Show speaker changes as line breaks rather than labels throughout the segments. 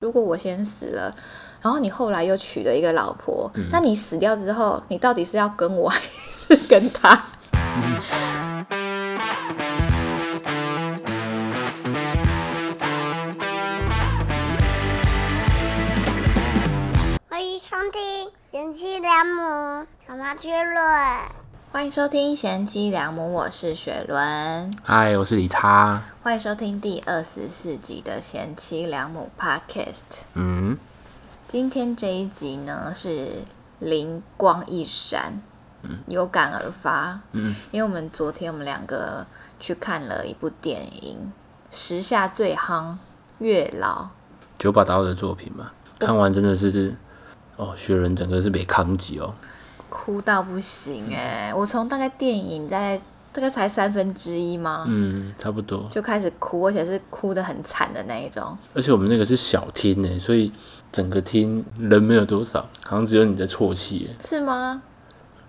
如果我先死了，然后你后来又娶了一个老婆，那你死掉之后，你到底是要跟我还是跟他？
欢迎收听《贤妻良母》小马趣论。
欢迎收听《贤妻良母》，我是雪伦，
嗨，我是李叉。
欢迎收听第二十四集的《贤妻良母》Podcast。
嗯，
今天这一集呢是灵光一闪，有感而发。
嗯，
因为我们昨天我们两个去看了一部电影，时下最夯《月老》。
九把刀的作品嘛，看完真的是，哦，雪人整个是被扛起哦。
哭到不
嗯
行哎、我从大概电影大概大概才三分之一嘛，
嗯，差不多。
就开始哭，而且是哭得很惨的那一种。
而且我们那个是小厅呢，所以整个厅人没有多少，好像只有你在啜泣耶。
是吗？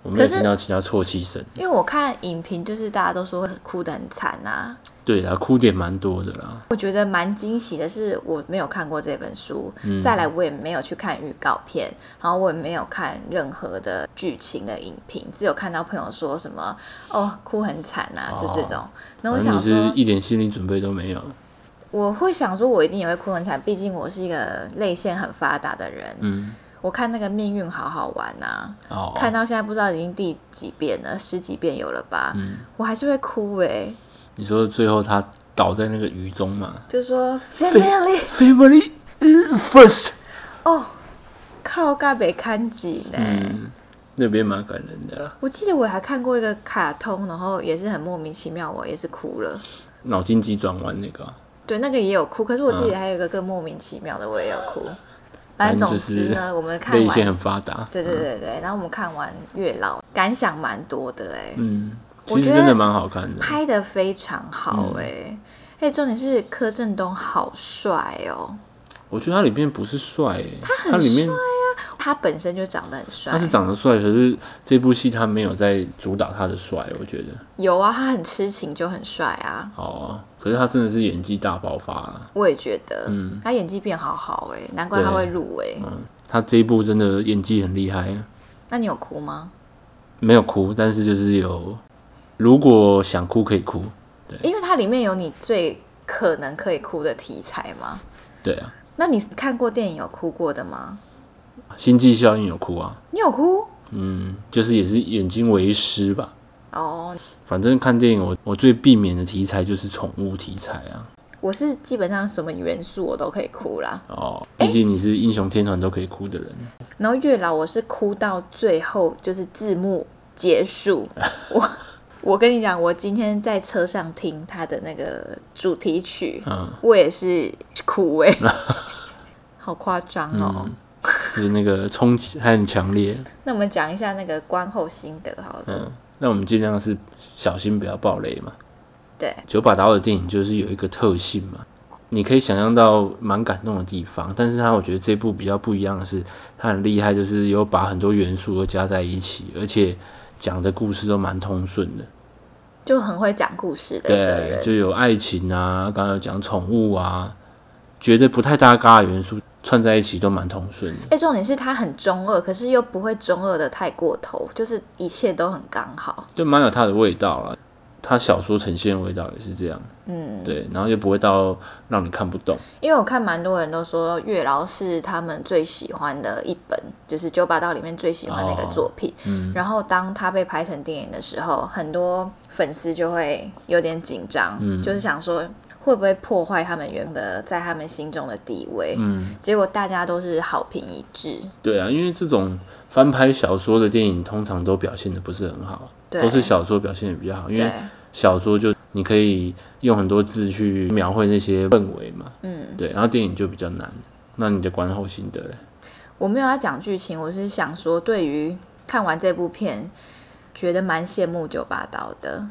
我没有
可是
听到其他啜泣声。
因为我看影评，就是大家都说会哭得很惨啊。
对啦，哭点蛮多的啦。
我觉得蛮惊喜的是，我没有看过这本书，
嗯
再来我也没有去看预告片，然后我也没有看任何的剧情的影评，只有看到朋友说什么哦哭很惨啊，就这种。那我
反正
想
你
说，
是一点心理准备都没有。
我会想说，我一定也会哭很惨，毕竟我是一个泪腺很发达的人。
嗯，
我看那个《命运好好玩》啊，
哦，
看到现在不知道已经第几遍了，十几遍有了吧？
嗯
我还是会哭欸诶、
你说最后他倒在那个雨中嘛
就说 family
，Family is first。
哦，靠尬北看几呢？
嗯，那边蛮感人的啦，
我记得我还看过一个卡通，然后也是很莫名其妙，我也是哭了。
脑筋急转弯那个啊。
对，那个也有哭，可是我记得还有一个更莫名其妙的，我也有哭。反正
嗯反正
总
就是
之呢，我们看
泪
完
腺很发达。
对对对对，然后我们看完《月老》，感想蛮多的哎、
嗯，
我
其
觉
实
得
真的蛮好看的。
拍的非常好哎、欸，
嗯
哎、重点是柯震东好帅哦，
我觉得他里面不是帅、欸，他
很
里面
他本身就长得很帅
他，是长得帅，可是这部戏他没有在主打他的帅，我觉得。
有啊，他很痴情就很帅啊，
好啊，可是他真的是演技大爆发啊了。
我也觉得，
嗯
他演技变好好哎、难怪他会
对
入围。
嗯，他这一部真的演技很厉害，啊
那你有哭吗？
没有哭，但是就是有，如果想哭可以哭。
因为它里面有你最可能可以哭的题材吗？
对啊，
那你看过电影有哭过的吗？
《星际效应》有哭啊，
你有哭
嗯，就是也是眼睛为湿吧。
哦
反正看电影我我最避免的题材就是宠物题材啊。
我是基本上什么元素我都可以哭啦。
哦，毕竟你是英雄天团都可以哭的人，
然后月老我是哭到最后，就是字幕结 束。我我跟你讲，我今天在车上听他的那个主题曲，
嗯，
我也是哭 哎、好夸张哦。
嗯就是那个冲击很强烈，
那我们讲一下那个观后心得好了。
嗯，那我们尽量是小心不要暴雷嘛。
对，
九把刀的电影就是有一个特性嘛，你可以想象到蛮感动的地方，但是它我觉得这部比较不一样的是，它很厉害，就是有把很多元素都加在一起，而且讲的故事都蛮通顺的，
就很会讲故事的一个
对，
人。
就有爱情啊，刚刚有讲宠物啊，觉得不太搭嘎的元素串在一起都蛮通顺的。
哎、重点是他很中二，可是又不会中二的太过头，就是一切都很刚好。
就蛮有它的味道啦。它小说呈现的味道也是这样，
嗯，
对，然后又不会到让你看不懂，
因为我看蛮多人都说月老是他们最喜欢的一本，就是九把刀里面最喜欢的一个作品。
嗯
然后当他被拍成电影的时候，很多粉丝就会有点紧张，
嗯
就是想说会不会破坏他们原本在他们心中的地位。
嗯，
结果大家都是好评一致，
对啊，因为这种翻拍小说的电影通常都表现的不是很好，
对
都是小说表现的比较好，因
对
为，小说就你可以用很多字去描绘那些氛围嘛，
嗯。
对，然后电影就比较难。那你的观后心得嘞？
我没有要讲剧情，我是想说，对于看完这部片，觉得蛮羡慕九把刀的，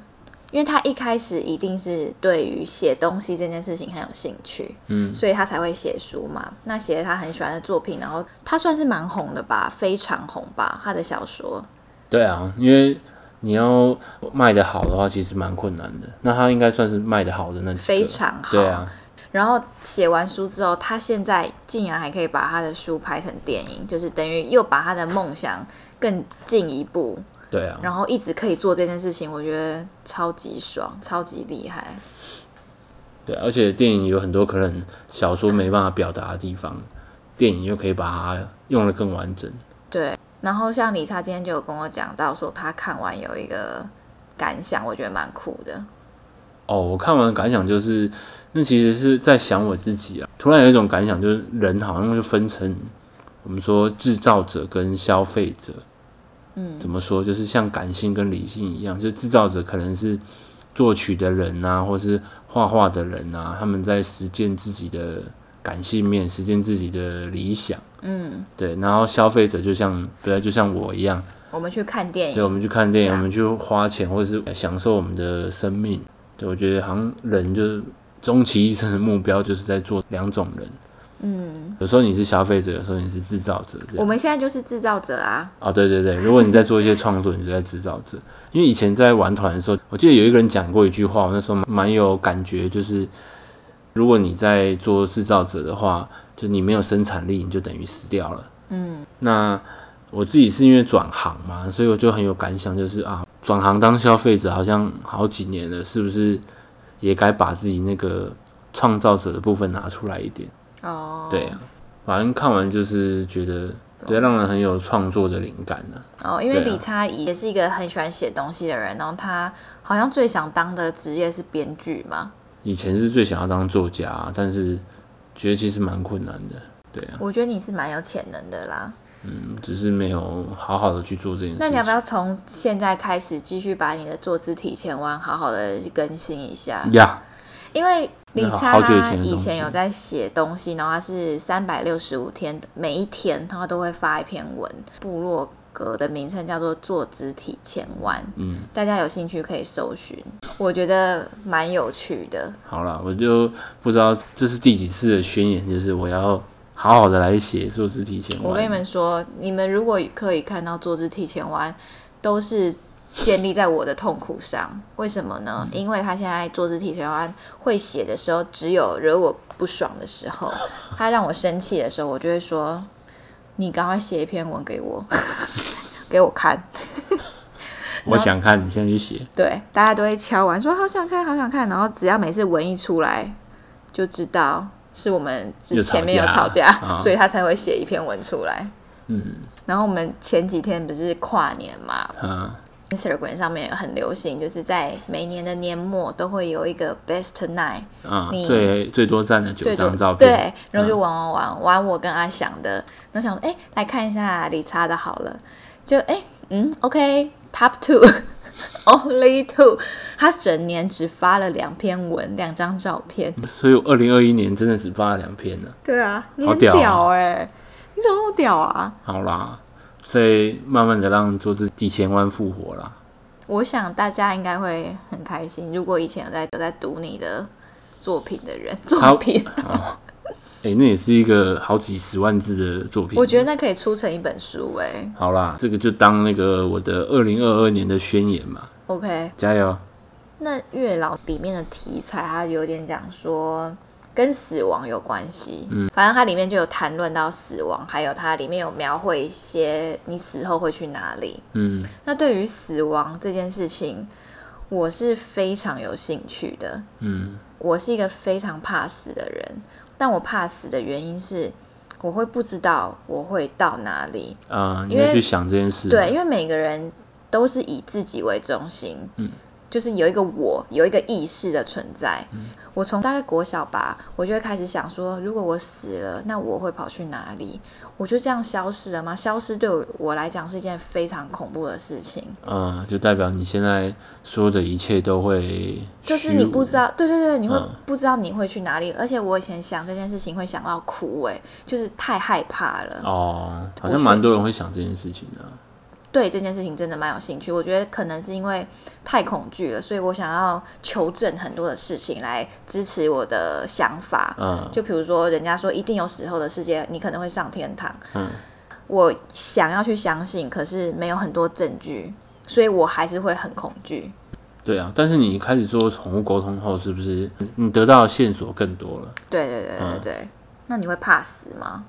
因为他一开始一定是对于写东西这件事情很有兴趣，
嗯
所以他才会写书嘛。那写了他很喜欢的作品，然后他算是蛮红的吧，非常红吧，他的小说。
对啊，因为你要卖得好的话，其实蛮困难的。那他应该算是卖得好的那几个
非常好
对啊，
然后写完书之后，他现在竟然还可以把他的书拍成电影，就是等于又把他的梦想更进一步，
对啊，
然后一直可以做这件事情，我觉得超级爽，超级厉害。
对啊，而且电影有很多可能小说没办法表达的地方，电影又可以把它用得更完整。
对，然后像理查今天就有跟我讲到说，他看完有一个感想，我觉得蛮酷的。
哦，我看完的感想就是，那其实是在想我自己啊。突然有一种感想，就是人好像就分成我们说制造者跟消费者。
嗯，
怎么说？就是像感性跟理性一样，就制造者可能是作曲的人啊，或是画画的人啊，他们在实践自己的感性面，实践自己的理想。
嗯，
对，然后消费者就像对，啊就像我一样，
我们去看电
对，我
影，
们去看电影，
对啊
我们去花钱，或者是享受我们的生命。对，我觉得好像人就是终其一生的目标，就是在做两种人。
嗯，
有时候你是消费者，有时候你是制造者，这
我
样。
们现在就是制造者啊，
哦，对对对，如果你在做一些创作，你就在制造者。因为以前在玩团的时候，我记得有一个人讲过一句话，我那时候蛮有感觉，就是如果你在做制造者的话，就你没有生产力，你就等于死掉了。
嗯，
那我自己是因为转行嘛，所以我就很有感想，就是啊，转行当消费者好像好几年了，是不是也该把自己那个创造者的部分拿出来一点？
哦，
对啊，反正看完就是觉得，对，让人很有创作的灵感呢、
哦，因为
对啊
理查也是一个很喜欢写东西的人，然后他好像最想当的职业是编剧嘛。
以前是最想要当作家、但是觉得其实蛮困难的。对啊，
我觉得你是蛮有潜能的啦。
嗯，只是没有好好的去做这件事情。
那你要不要从现在开始继续把你的坐姿体前弯好好的更新一下？
呀
因为理
那
查
好久以
他
前的
以
东
前
西
有在写东西，然后他是三百六十五天，每一天他都会发一篇文。部落格的名称叫做“坐姿体前弯”，
嗯，
大家有兴趣可以搜寻，我觉得蛮有趣的。
好啦，我就不知道这是第几次的宣言，就是我要好好的来写做字体前
我跟你
弯。
们说，你们如果可以看到坐姿提前弯，都是建立在我的痛苦上。为什么呢？
嗯
因为他现在坐姿提前弯会写的时候，只有惹我不爽的时 候，他让我生气的时候，我就会说：“你赶快写一篇文给我， 给我看。”
我想看，你现在去写。
对，大家都会敲完说好想看，好想看，然后只要每次文一出来，就知道是我们之
又吵
前面有
架
吵架，
啊
所以他才会写一篇文出来。
嗯
然后我们前几天不是跨年嘛
啊，
，Instagram 上面很流行，就是在每年的年末都会有一个 Best Night，
啊
你，
最最多占了九
最多
张照片。嗯
对，然后就玩玩玩、玩我跟阿翔的，然后想哎来看一下理查的好了，就哎嗯 OK Top Two。Only two，他整年只发了两篇文，两张照片。
所以我二零二一年真的只发了两篇呢。
对啊，你
好
很
屌啊
屌哎、你怎么那么屌啊？
好啦，再慢慢的让做字体前弯复活啦。
我想大家应该会很开心，如果以前有在有在读你的作品的人，作品，
哦， 哎、那也是一个好几十万字的作品。
我觉得那可以出成一本书哎、
好啦，这个就当那个我的二零二二年的宣言嘛，
OK，
加油！
那月老里面的题材，它有点讲说跟死亡有关系，嗯，反正它里面就有谈论到死亡，还有它里面有描绘一些你死后会去哪里。
嗯，
那对于死亡这件事情，我是非常有兴趣的，
嗯，
我是一个非常怕死的人，但我怕死的原因是，我会不知道我会到哪里。
啊、你
因为
会去想这件事啊吗，
对，因为每个人都是以自己为中心，
嗯，
就是有一个我，有一个意识的存在。
嗯
我从大概国小吧，我就会开始想说，如果我死了，那我会跑去哪里？我就这样消失了吗？消失对我我来讲是一件非常恐怖的事情。
嗯、就代表你现在所有的一切都会，
就是你不知，道，对对对，你会
嗯
不知道你会去哪里，而且我以前想这件事情会想到哭、欸，就是太害怕了。
哦，
我
好像
是
蛮多人会想这件事情的、啊
对这件事情真的蛮有兴趣，我觉得可能是因为太恐惧了，所以我想要求证很多的事情来支持我的想法。
嗯
就比如说，人家说一定有死后的世界，你可能会上天堂，
嗯，
我想要去相信，可是没有很多证据，所以我还是会很恐惧。
对啊，但是你开始做宠物沟通后，是不是你得到的线索更多了？
对对对
嗯
对对。那你会怕死吗？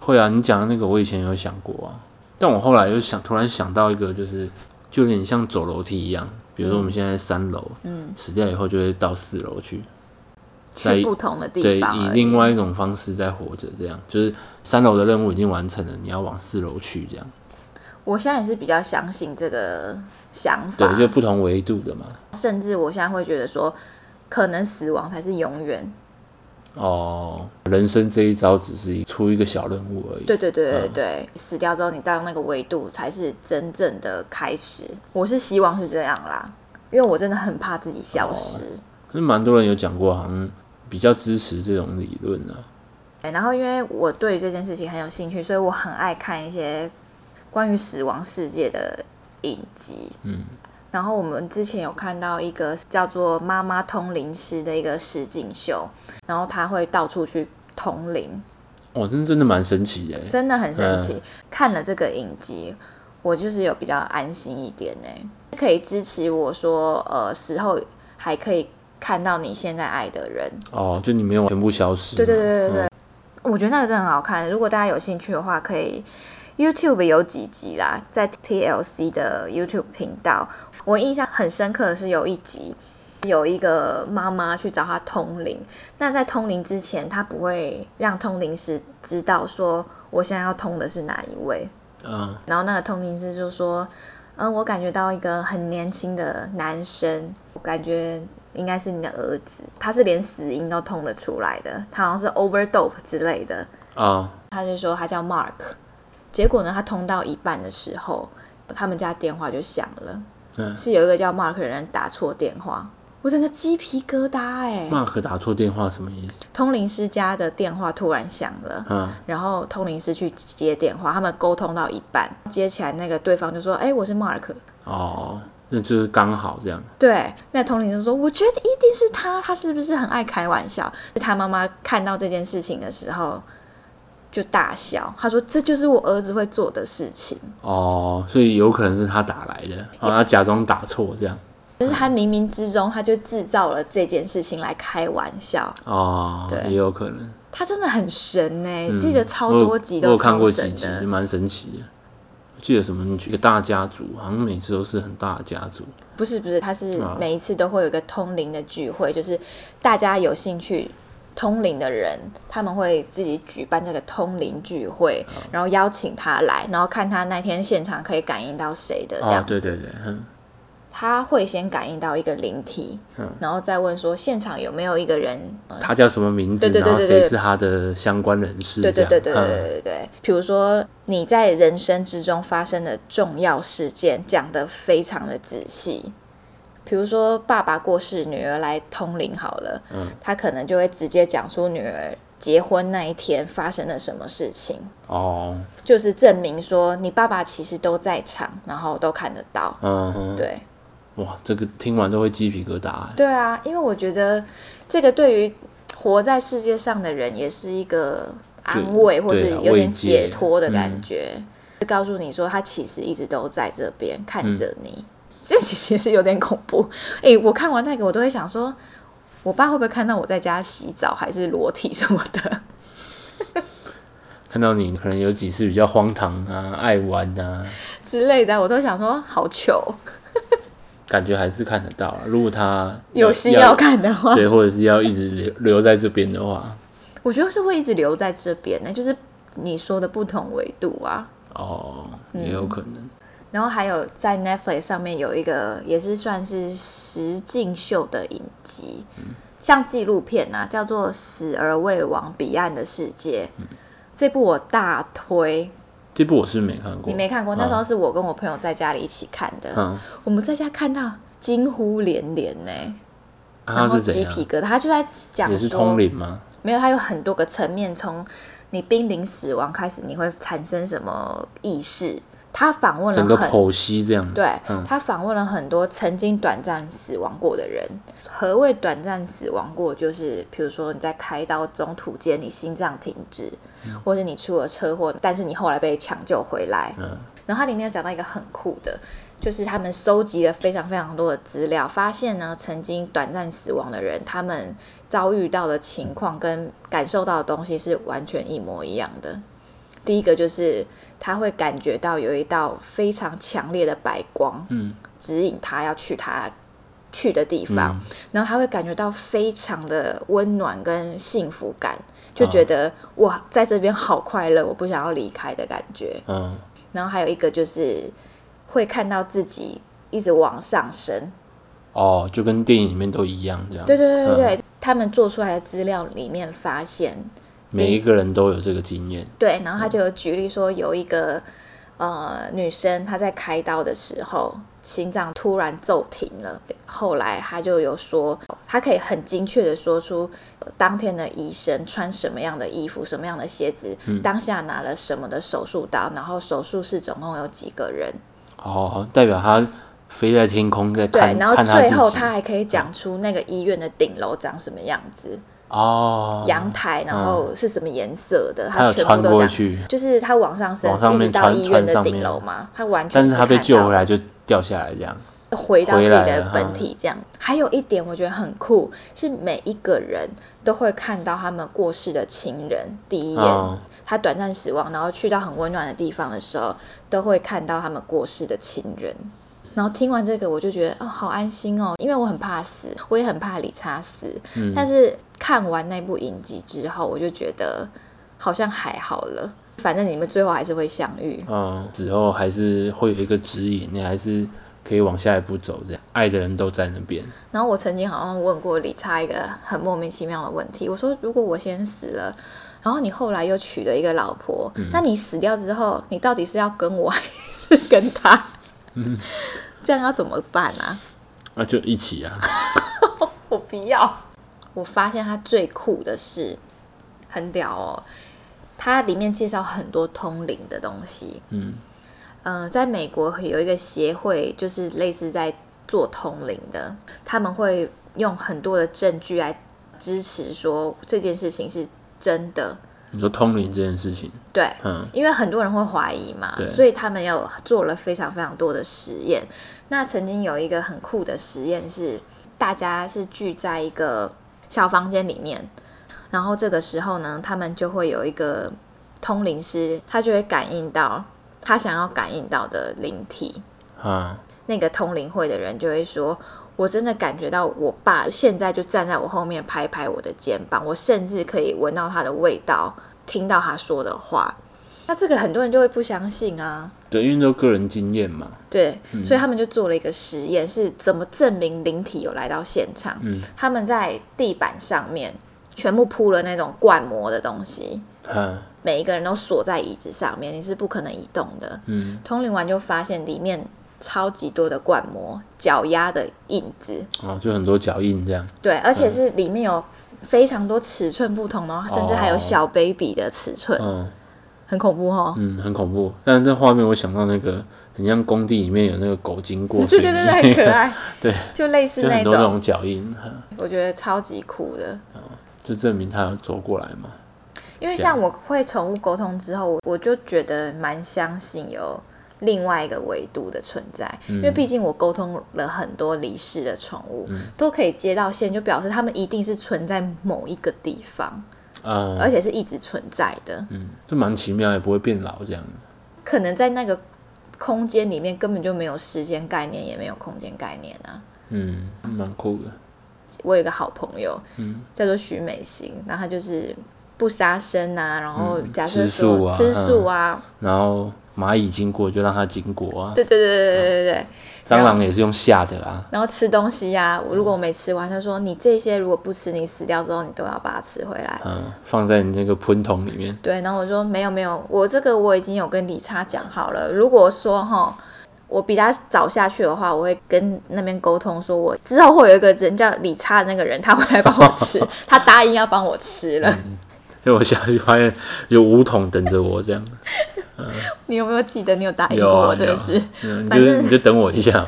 会啊，你讲的那个我以前有想过啊，但我后来又想，突然想到一个，就是就有点像走楼梯一样，比如说我们现在三楼，
嗯，
死掉以后就会到四楼去，在
去不同的
对，
地方而
以
已
另外一种方式在活着，这样就是三楼的任务已经完成了，你要往四楼去，这样
我现在也是比较相信这个想法，
对，就不同维度的嘛。
甚至我现在会觉得说，可能死亡才是永远。
哦，人生这一招只是出一个小任务而已。
对对对对对，
嗯
死掉之后你到那个维度才是真正的开始。我是希望是这样啦，因为我真的很怕自己消失。
可是蛮多人有讲过，好像比较支持这种理论啊。
哎然后因为我对于这件事情很有兴趣，所以我很爱看一些关于死亡世界的影集。
嗯，
然后我们之前有看到一个叫做“妈妈通灵师”的一个实景秀，然后他会到处去通灵，
哦，那真的蛮神奇的欸。
真的很神奇。看了这个影集，我就是有比较安心一点呢、可以支持我说，呃，死后还可以看到你现在爱的人。
哦，就你没有全部消失嘛。
对对对对对，
嗯
我觉得那个真的很好看。如果大家有兴趣的话，可以 YouTube 有几集啦，在 TLC 的 YouTube 频道。我印象很深刻的是有一集，有一个妈妈去找她通灵。那在通灵之前，她不会让通灵师知道说我现在要通的是哪一位。
嗯，
然后那个通灵师就说：“嗯，我感觉到一个很年轻的男生，我感觉应该是你的儿子，他是连死因都通得出来的，他好像是 overdose 之类的。
哦，”
他就说他叫 Mark。结果呢，他通到一半的时候，他们家电话就响了，
嗯
是有一个叫 Mark 的人打错电话，我整个鸡皮疙瘩哎、
，Mark 打错电话什么意思？
通灵师家的电话突然响了，
嗯，
然后通灵师去接电话，他们沟通到一半，接起来那个对方就说：“哎、我是 Mark。
哦，那就是刚好这样。”
对，那通灵就说：“我觉得一定是他，他是不是很爱开玩笑？”他妈妈看到这件事情的时候就大笑，他说：“这就是我儿子会做的事情，
哦，所以有可能是他打来的，哦，他假装打错这样。
就是他冥冥之中他就制造了这件事情来开玩笑。
哦，
对
也有可能。”
他真的很神呢、
嗯
记得超
我有
多集
我
都
有看
超
过几
神
集，
的。
蛮神奇的。我记得什么？你去一个大家族，好像每次都是很大的家族。
不是不是，他是
啊
每一次都会有一个通灵的聚会，就是大家有兴趣通灵的人，他们会自己举办这个通灵聚会，
啊
然后邀请他来，然后看他那天现场可以感应到谁的这
哦
样，子。
对对对，嗯，
他会先感应到一个灵体，
嗯
然后再问说现场有没有一个人。呃
他叫什么名字？
对对对
然后
对
谁
对
是他的相关人士？
对对
这
对
样
对对对
嗯
对对，比如说你在人生之中发生的重要事件，讲得非常的仔细。比如说爸爸过世，女儿来通灵好了，
嗯
他可能就会直接讲出女儿结婚那一天发生了什么事情，
哦，
就是证明说你爸爸其实都在场，然后都看得到。
嗯，
对
哇，这个听完都会鸡皮疙瘩欸。
对啊，因为我觉得这个对于活在世界上的人也是一个安慰，
对
或是
对啊
有点
慰藉嗯
解脱的感觉，就告诉你说他其实一直都在这边看
嗯
着你。这其实也是有点恐怖。诶，我看完那个，我都会想说，我爸会不会看到我在家洗澡还是裸体什么的？
看到你可能有几次比较荒唐啊，爱玩啊，
之类的，我都想说好糗。
感觉还是看得到啊。如果他
有心要，看的话，
对，或者是要一直留留在这边的话，
我觉得是会一直留在这边呢，就是你说的不同维度啊。
哦，也有可能。
然后还有在 Netflix 上面有一个也是算是实境秀的影集，像纪录片啊，叫做《死而未亡：彼岸的世界》。这部我大推，
这部我是没看过，
你没看过？
嗯
那时候是我跟我朋友在家里一起看的，
嗯，
我们在家看到惊呼连连呢、
啊
然
他
后
是怎
鸡
样？
皮疙瘩。他就在讲
也
说，
是通灵吗？
没有，它有很多个层面，从你濒临死亡开始，你会产生什么意识？他访问
整个
了很
剖析这样。
对，
嗯
他访问了很多曾经短暂死亡过的人，何谓短暂死亡过？就是比如说你在开刀中途间你心脏停止，或者你出了车祸，但是你后来被抢救回来。
嗯
然后它里面有讲到一个很酷的，就是他们收集了非常非常多的资料，发现呢，曾经短暂死亡的人，他们遭遇到的情况跟感受到的东西是完全一模一样的。第一个就是他会感觉到有一道非常强烈的白光，
嗯，
指引他要去他去的地方，
嗯
然后他会感觉到非常的温暖跟幸福感，
嗯
就觉得、哇，在这边好快乐，我不想要离开的感觉。
嗯，
然后还有一个就是会看到自己一直往上升。
哦，就跟电影里面都一样这样。
对对对对
嗯
对，他们做出来的资料里面发现，
每一个人都有这个经验。
对，然后
嗯
他就有举例说有一个呃女生她在开刀的时候。心脏突然骤停了，后来她就有说，她可以很精确的说出呃当天的医生穿什么样的衣服、什么样的鞋子，
嗯
当下拿了什么的手术刀，然后手术室总共有几个人，
哦，代表他飞在天空在
对
看，
然后
看他
最后
自己。嗯
他还可以讲出那个医院的顶楼长什么样子，
哦，
阳台然后是什么颜色的，
他有
全
穿
部都
过
讲。
去，
就是他往上升，
往
一
上
直
面
到
穿
医院
穿
的
上
顶
面
楼嘛，他完全
但是他被
看
救
到
回来就掉下来这样。
回到自己
回来
的
了嗯
本体这样。还有一点我觉得很酷，是每一个人都会看到他们过世的亲人第一眼，
嗯，
他短暂死亡，然后去到很温暖的地方的时候，都会看到他们过世的亲人。然后听完这个，我就觉得哦，好安心哦，因为我很怕死，我也很怕理查死。但是看完那部影集之后，我就觉得好像还好了，反正你们最后还是会相遇。
嗯，之后还是会有一个指引，你还是可以往下一步走，这样爱的人都在那边。
然后我曾经好像问过理查一个很莫名其妙的问题，我说如果我先死了，然后你后来又娶了一个老婆，那你死掉之后，你到底是要跟我还 是跟他？这样要怎么办啊？
那、就一起啊，
我不要。我发现它最酷的是，很屌哦，它里面介绍很多通灵的东西。
嗯，
呃，在美国有一个协会，就是类似在做通灵的，他们会用很多的证据来支持说这件事情是真的，
你说通灵这件事情，
对。
嗯，
因为很多人会怀疑嘛
对，
所以他们有做了非常非常多的实验。那曾经有一个很酷的实验是，大家是聚在一个小房间里面，然后这个时候呢，他们就会有一个通灵师，他就会感应到他想要感应到的灵体。
啊，
那个通灵会的人就会说：“我真的感觉到我爸现在就站在我后面拍拍我的肩膀，我甚至可以闻到他的味道，听到他说的话。”那这个很多人就会不相信啊，
对，因为都个人经验嘛，
对，所以他们就做了一个实验，是怎么证明灵体有来到现场？
嗯
他们在地板上面全部铺了那种灌膜的东西，
啊，
每一个人都锁在椅子上面，你是不可能移动的。
嗯，
通灵完就发现里面超级多的灌膜、脚丫的印子，
哦，就很多脚印这样，
对，而且是里面有非常多尺寸不同的哦，甚至还有小 baby 的尺寸，
嗯
很恐怖 哦。
嗯，很恐怖。但是这画面我想到那个，很像工地里面有那个狗经过水
对
泥，
对对，很可爱，
对，
就类似
就
那
很多这
种，
种脚印，嗯
我觉得超级酷的。
就证明他有走过来嘛。
因为
这样
像我会宠物沟通之后，我我就觉得蛮相信有另外一个维度的存在，
嗯
因为毕竟我沟通了很多离世的宠物，
嗯
都可以接到线，就表示它们一定是存在某一个地方，
嗯，
而且是一直存在的。
嗯，就蛮奇妙，也不会变老这样。
可能在那个空间里面根本就没有时间概念，也没有空间概念啊。
嗯，蛮酷的。
我有一个好朋友，
嗯
叫做徐美心，然后她就是不杀生啊，然后
嗯
假设
吃素
说
啊
吃素啊，
然后蚂蚁经过就让它经过啊，
对对对对对对对，
嗯蟑螂也是用吓的啦。
然后吃东西呀、我如果我没吃完，她说你这些如果不吃，你死掉之后你都要把它吃回来。
嗯，放在你那个喷桶里面，
对，然后我说没有没有，我这个我已经有跟理查讲好了。如果说哈，我比他早下去的话，我会跟那边沟通，说我之后会有一个人叫理查的那个人，他会来帮我 吃，他答应要帮我吃了。
嗯因为我下去发现有五桶等着我这样。
你有没有记得你有答应
有
过
啊，
我这
有
个
啊
事？
嗯你
反
就
正
你就等我一下嘛。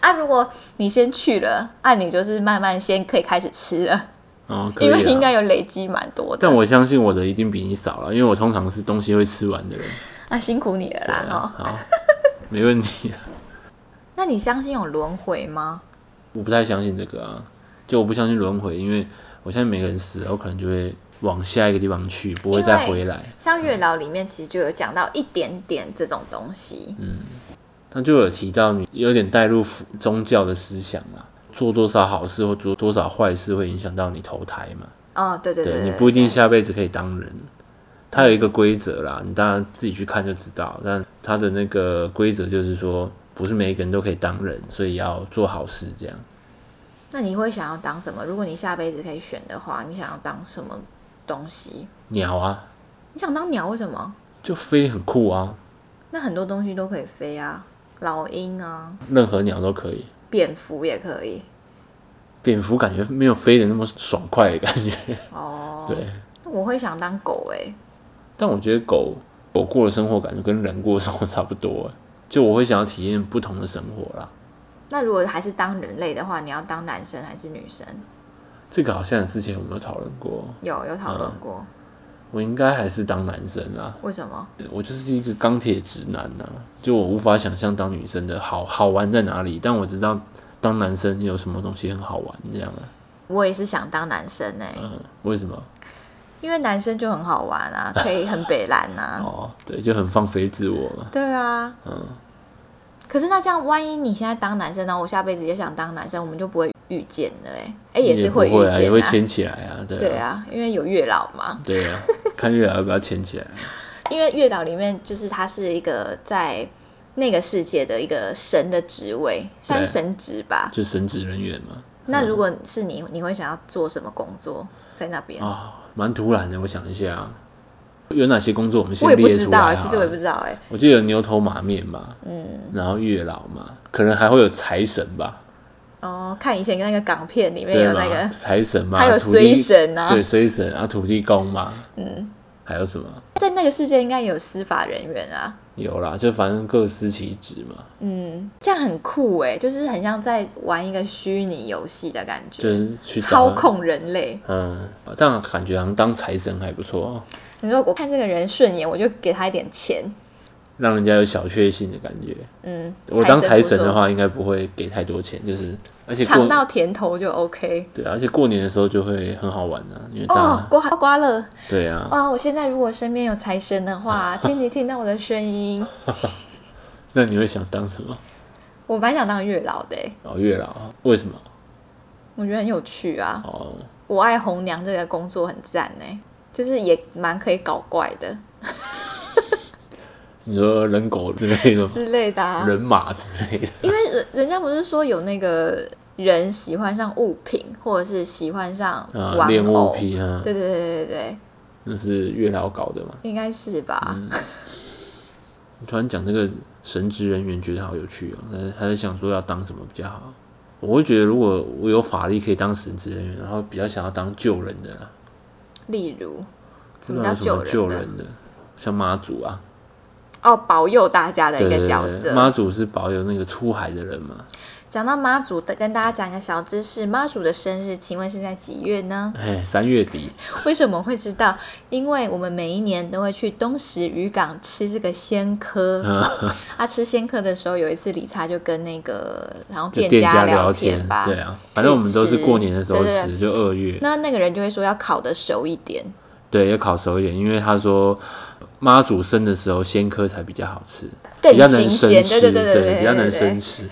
啊，如果你先去了，啊，你就是慢慢先可以开始吃了，
哦，可
因为
以
应该有
啦。
累积蛮多的。
但我相信我的一定比你少了，因为我通常是东西会吃完的人。
啊，辛苦你了
对
啦
啊
哦。，
好，没问题。啊
那你相信有轮回吗？
我不太相信这个啊，就我不相信轮回，因为我相信每个人死了，我可能就会往下一个地方去，不会再回来。
像月老里面其实就有讲到一点点这种东西，
嗯他就有提到你有点带入宗教的思想啦，做多少好事或做多少坏事会影响到你投胎嘛？
哦，对对对，
你不一定
对
下辈子可以当人，它有一个规则啦，你当然自己去看就知道。但它的那个规则就是说，不是每一个人都可以当人，所以要做好事这样。
那你会想要当什么？如果你下辈子可以选的话，你想要当什么东西？
鸟啊，
你想当鸟？为什么？
就飞很酷啊，
那很多东西都可以飞啊，老鹰啊，
任何鸟都可以。
蝙蝠也可以。
蝙蝠感觉没有飞的那么爽快的感觉，
哦，
对。
我会想当狗哎、欸，
但我觉得狗狗过的生活感觉跟人过的生活差不多，欸就我会想要体验不同的生活啦。
那如果还是当人类的话，你要当男生还是女生？
这个好像之前有没有讨论过？
有有讨论过、
我应该还是当男生啊啦，
为什么？
我就是一个钢铁直男呐、就我无法想象当女生的好好玩在哪里，但我知道当男生有什么东西很好玩这样啊。
我也是想当男生哎、
嗯，为什么？
因为男生就很好玩 啊，可以很北蓝啊。
哦，对，就很放飞自我嘛。
对啊，
嗯，
可是那这样，万一你现在当男生，然后我下辈子也想当男生，我们就不会遇见了哎、欸，哎、也
你
是
不
会遇
会啊，也
见
会
啊。
牵起来啊，对 啊，
对啊，因为有月老嘛，
对啊，看月老要不要牵起来。
因为月老里面就是他是一个在那个世界的一个神的职位，算是神职吧。
就神职人员嘛。
那如果是你，你会想要做什么工作在那边？
啊，蛮突然的，我想一下啊，有哪些工作我们先
我也不
列
知
出
道、
来？啊
其实我也不知
道。
道哎、欸。
我记得有牛头马面嘛，
嗯，
然后月老嘛，可能还会有财神吧，
哦，看以前那个港片里面
对
有
嘛
那个，
财神嘛，
还有
土地
衰神啊
对，衰神啊，土地公嘛，
嗯，
还有什么？
在那个世界应该有司法人员啊。
有啦，就反正各司其职嘛，
嗯，这样很酷哎、就是很像在玩一个虚拟游戏的感觉，
就是去找
操。控人类。
嗯，但感觉好像当财神还不错、哦，
你说我看这个人顺眼，我就给他一点钱。
让人家有小确幸的感觉。
嗯，
我当财
不
神的
错，
话，应该不会给太多钱，就是而且过
尝到甜头就 OK。
对，啊而且过年的时候就会很好玩啊，因为大家、
哦，刮刮乐哦
对啊，
哇！我现在如果身边有财神的话，请你听到我的声音。
那你会想当什么？
我蛮想当月老的欸，
哦，月老啊？为什么？
我觉得很有趣啊！
哦，
我爱红娘这个工作很赞哎，就是也蛮可以搞怪的
你说人狗之类的吗？
之类的啊。
人马之类的？
因为人人家不是说有那个人喜欢上物品，或者是喜欢上
啊，
玩
恋物
偶，
癖啊，
对对对对对，
那是月老搞的嘛？
应该是吧？
嗯你突然讲这个神职人员，觉得好有趣哦。但是还是想说要当什么比较好？我会觉得如果我有法力可以当神职人员，然后比较想要当救人的啦，
例如什
不
么
知道
叫
有什么救
救人
人的？像妈祖啊，
哦，保佑大家的
对
一
对
个角
对，
色。
妈祖是保佑那个出海的人嘛。？
讲到妈祖，跟大家讲一个小知识：妈祖的生日，请问是在几月呢
哎，三月底，
为什么会知道？因为我们每一年都会去东石渔港吃这个鲜科。 啊，吃鲜科的时候，有一次理查就跟那个然后
就
店
店
家
家聊
天吧，
对啊，反正我们都是过年的时候
去吃对
吃，就二月，
那那个人就会说要烤的熟一点。
对，要烤熟一点，因为他说妈祖生的时候鲜科才比较好吃，
更
比较能
新
生
鲜
吃，
对对对对对
比较
对
能生吃。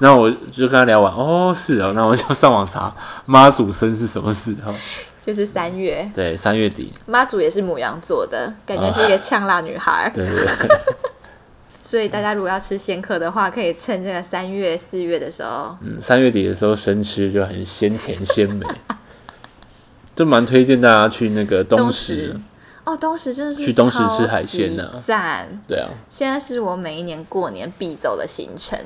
那我就跟他聊完，哦，是哦，那我就上网查妈祖生是什么时候？
就是三月，
对，三月底，
妈祖也是母羊座的，感觉是一个呛辣女孩儿。
啊对对对，
所以大家如果要吃鲜客的话，可以趁这个三月、四月的时候。
嗯，三月底的时候生吃就很鲜甜鲜美，就蛮推荐大家去那个东石，
哦，东石真的是
去东石吃海鲜
呢
啊、
赞！
对啊，
现在是我每一年过年必走的行程，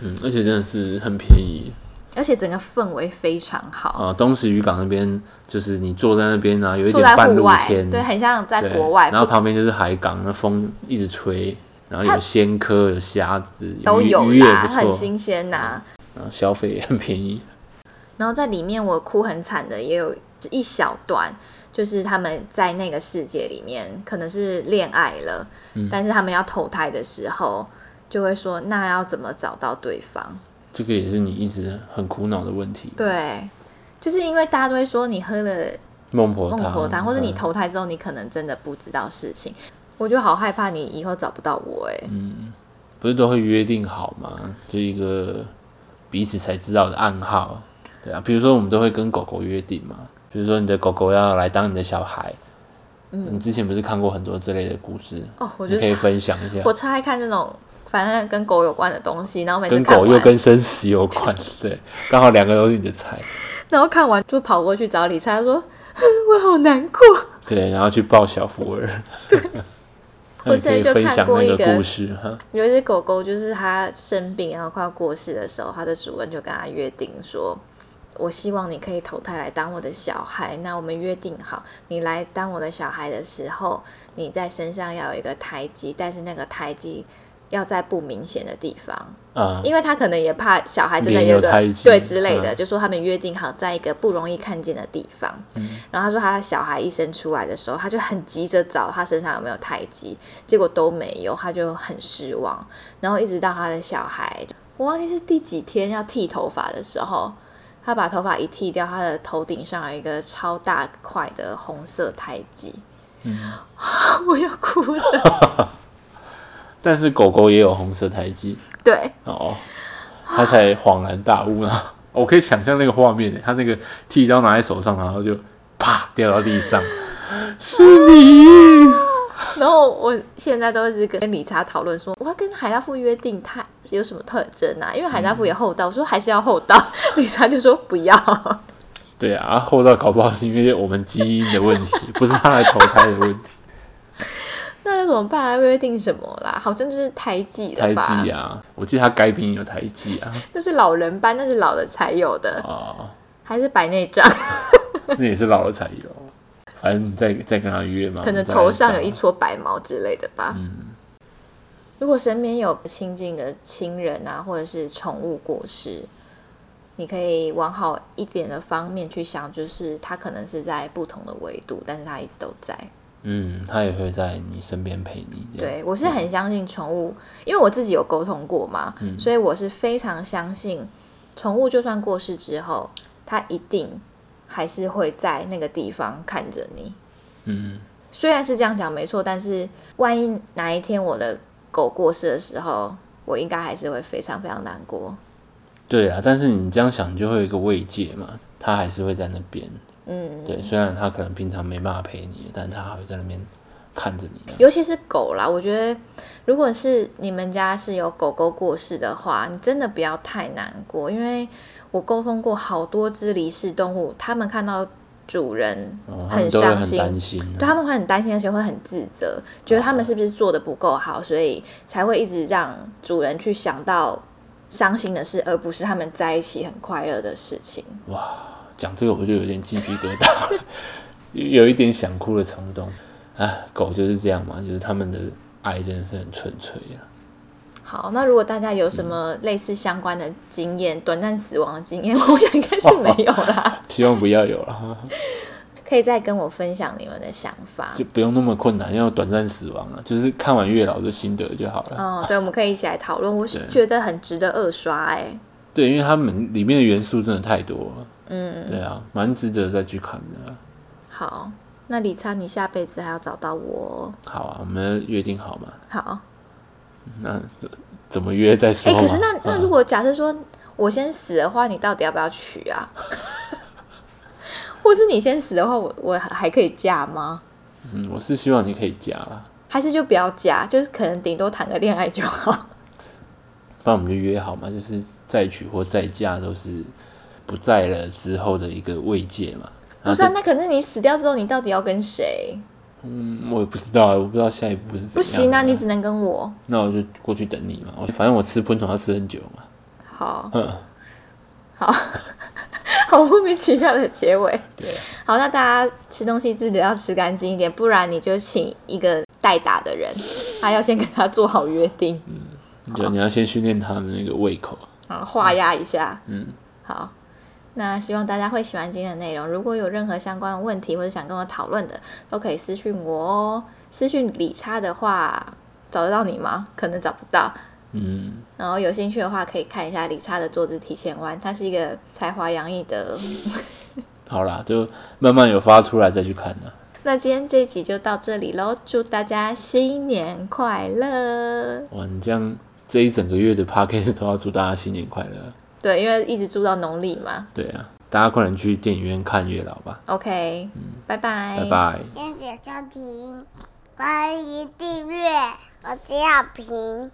嗯，而且真的是很便宜。
而且整个氛围非常好，
啊，东石渔港那边就是你坐在那边啊，有一
坐
点
在
半
户
露
外，
天，
对，很像在
对
国外，
然后
不
旁边就是海港，那风一直吹，然后
它
有鲜科、有虾子，
都
鱼
有
鱼也
啦，
不
很
错，
新鲜呐、
啊，消费也很便宜。
然后在里面我哭很惨的也有一小段，就是他们在那个世界里面可能是恋爱了，
嗯
但是他们要投胎的时候就会说那要怎么找到对方？
这个也是你一直很苦恼的问题。，
对，就是因为大家都会说你喝了
孟婆
孟
汤，
婆汤，或者你
嗯
投胎之后你可能真的不知道事情，我就好害怕你以后找不到我哎、
嗯不是都会约定好吗？就一个彼此才知道的暗号，对啊。比如说我们都会跟狗狗约定嘛，比如说你的狗狗要来当你的小孩。嗯，你之前不是看过很多这类的故事？
哦，我
你
就
可以
超
分享一下
我。超爱看这种反正跟狗有关的东西，然后每次
跟
看
狗
完，
又跟生死有关，对，刚好两个都是你的菜，
然后看完就跑过去找李灿，他说 我好难过。
对，然后去抱小福儿。对
我
你可以
之前就
分
看
享
过 一
那个
个
故事哈。
有一只狗狗，就是它生病然后快要过世的时候，它的主人就跟它约定说：“我希望你可以投胎来当我的小孩。那我们约定好，你来当我的小孩的时候，你在身上要有一个胎记，但是那个胎记要在不明显的地方，
啊，
因为他可能也怕小孩真的
脸有
个
胎记
对之类的，
嗯
就说他们约定好在一个不容易看见的地方。
嗯
然后他说他小孩一生出来的时候，他就很急着找他身上有没有胎记，结果都没有，他就很失望。然后一直到他的小孩，我忘记是第几天要剃头发的时候，他把头发一剃掉，他的头顶上有一个超大块的红色胎记。
嗯
我要哭了，
但是狗狗也有红色胎记
对，
哦，它才恍然大悟呢。 我可以想象那个画面，欸它那个剃刀拿在手上，然后就啪掉到地 上，是你。
然后我现在都一直跟理查讨论说，我要跟海大富约定他有什么特征啊？因为海大富也厚道，我说还是要厚道， 理查就说不要。
对啊，后道搞不好是因为我们基因的问题，不是它来投胎的问题，
那要怎么办啊？约定什么啦？好像就是胎记
胎
了吧？
记啊，我记得它该病有胎记啊，
那是老人斑，那是老了才有的，
哦，
还是白内障？
那也是老了才有，反正你再再跟他约嘛，
可能
我们再来
头上
找
有一撮白毛之类的吧。
嗯
如果身边有亲近的亲人啊，或者是宠物过世，你可以往好一点的方面去想，就是它可能是在不同的维度，但是它一直都在。
嗯，他也会在你身边陪你，这样，
对，我是很相信宠物，因为我自己有沟通过嘛，所以我是非常相信宠物，就算过世之后，它一定还是会在那个地方看着你。
嗯，
虽然是这样讲没错，但是万一哪一天我的狗过世的时候，我应该还是会非常非常难过。
对啊，但是你这样想，你就会有一个慰藉嘛，他还是会在那边，
嗯，
对，虽然他可能平常没办法陪你，但他还会在那边看着你，
尤其是狗啦，我觉得如果是你们家是有狗狗过世的话，你真的不要太难过，因为我沟通过好多只离世动物，他们看到主人
哦，他
很
们都会
伤
很
心。
担心啊，
对他们会很担心，而且会很自责，觉得他们是不是做的不够好，所以才会一直让主人去想到伤心的事，而不是他们在一起很快乐的事情。
讲这个我就有点鸡皮疙瘩， 有一点想哭的冲动。哎，狗就是这样嘛，就是他们的爱真的是很纯粹啊。
好，那如果大家有什么类似相关的经验，短暂死亡的经验，我想应该是没有啦。
希望不要有了，
可以再跟我分享你们的想法
就。不用那么困难，要短暂死亡啊，就是看完月老的心得就好了。
哦，对，我们可以一起来讨论。我是觉得很值得二刷哎、
对，因为他们里面的元素真的太多了，
嗯，
对啊，蛮值得再去看的啊。
好，那理查，你下辈子还要找到我哦。
好啊，我们约定好嘛，
好，
那怎么约再
哎、
说嘛。
可是那那
嗯
如果假设说我先死的话，你到底要不要娶啊？ 或是你先死的话，我我还可以嫁吗？
嗯，我是希望你可以加啦，
还是就不要嫁，就是可能顶多谈个恋爱就好。
那我们就约好嘛，就是再娶或再嫁都是不在了之后的一个慰藉嘛。
不
然
是啊
后，
那可是你死掉之后，你到底要跟谁？
嗯，我也不知道啊，我不知道下一步是怎样。
不行啊，你只能跟我。
那我就过去等你嘛。我反正我吃喷筒要吃很久嘛。
好
嗯，
好莫名其妙的结尾。
对啊，
好，那大家吃东西记得要吃干净一点，不然你就请一个代打
嗯
的人，他要先跟他做好约定。
你就你要先训练他们那个胃口。
嗯，画押一下。
嗯，
好，那希望大家会喜欢今天的内容。如果有任何相关的问题或者想跟我讨论的，都可以私讯我哦。私讯理查的话，找得到你吗？可能找不到。
嗯，
然后有兴趣的话，可以看一下理查的《坐姿提前弯》，他是一个才华洋溢的。
好啦，就慢慢有发出来再去看啦。
那今天这一集就到这里喽，祝大家新年快乐！
哇，你这样这一整个月的 podcast 都要祝大家新年快乐。
对，因为一直住到农历嘛。
对啊，大家快点去电影院看月老吧，
OK，、拜拜，
拜拜。
谢谢收听，欢迎订阅，我是小平。